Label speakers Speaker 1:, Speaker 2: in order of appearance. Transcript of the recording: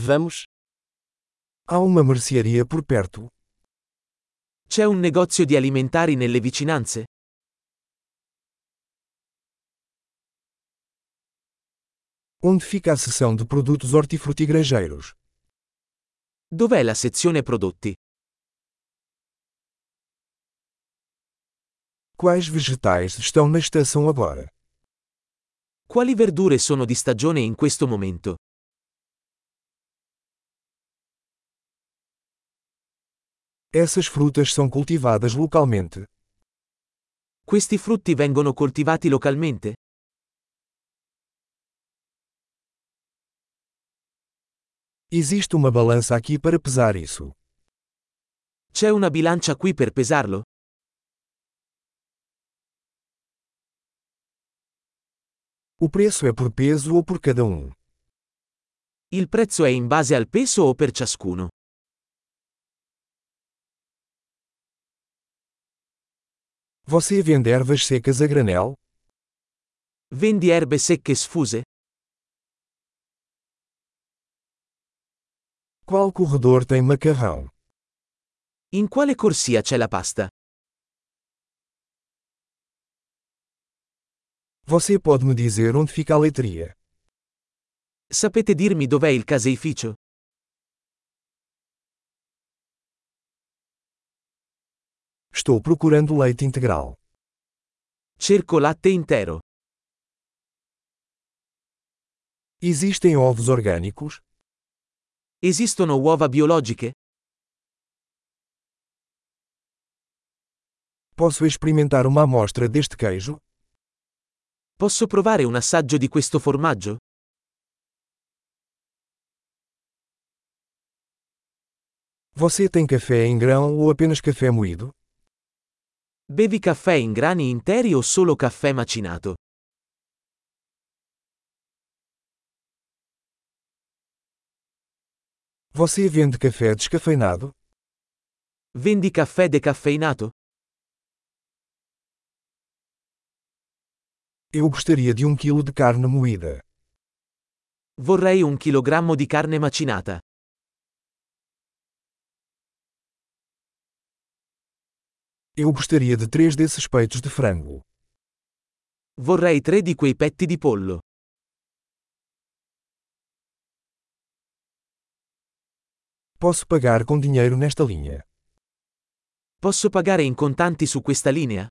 Speaker 1: Vamos.
Speaker 2: Há uma mercearia por perto.
Speaker 1: C'è un negozio di alimentari nelle vicinanze?
Speaker 2: Onde fica a seção de produtos hortifrutigranjeiros?
Speaker 1: Dov'è la sezione prodotti?
Speaker 2: Quais vegetais estão na estação agora?
Speaker 1: Quali verdure sono di stagione in questo momento?
Speaker 2: Essas frutas são cultivadas localmente.
Speaker 1: Questi frutti vengono coltivati localmente?
Speaker 2: Existe uma balança aqui para pesar isso.
Speaker 1: C'è una bilancia qui per pesarlo?
Speaker 2: O preço é por peso ou por cada um?
Speaker 1: Il prezzo è in base al peso o per ciascuno?
Speaker 2: Você vende ervas secas a granel?
Speaker 1: Vendi erbe secche sfuse?
Speaker 2: Qual corredor tem macarrão?
Speaker 1: In quale corsia c'è la pasta?
Speaker 2: Você pode me dizer onde fica a leitria?
Speaker 1: Sapete dirmi dov'è il caseificio?
Speaker 2: Estou procurando leite integral.
Speaker 1: Cerco latte intero.
Speaker 2: Existem ovos orgânicos?
Speaker 1: Esistono uova biologiche?
Speaker 2: Posso experimentar uma amostra deste queijo?
Speaker 1: Posso provare un assaggio di questo formaggio?
Speaker 2: Você tem café em grão ou apenas café moído?
Speaker 1: Bevi caffè in grani interi o solo caffè macinato?
Speaker 2: Você vende café descafeinado?
Speaker 1: Vendi caffè decaffeinato?
Speaker 2: Eu gostaria de um quilo de carne moída.
Speaker 1: Vorrei un chilogrammo di carne macinata.
Speaker 2: Eu gostaria de três desses peitos de frango.
Speaker 1: Vorrei tre di quei petti di pollo.
Speaker 2: Posso pagar com dinheiro nesta linha.
Speaker 1: Posso pagare in contanti su questa linea?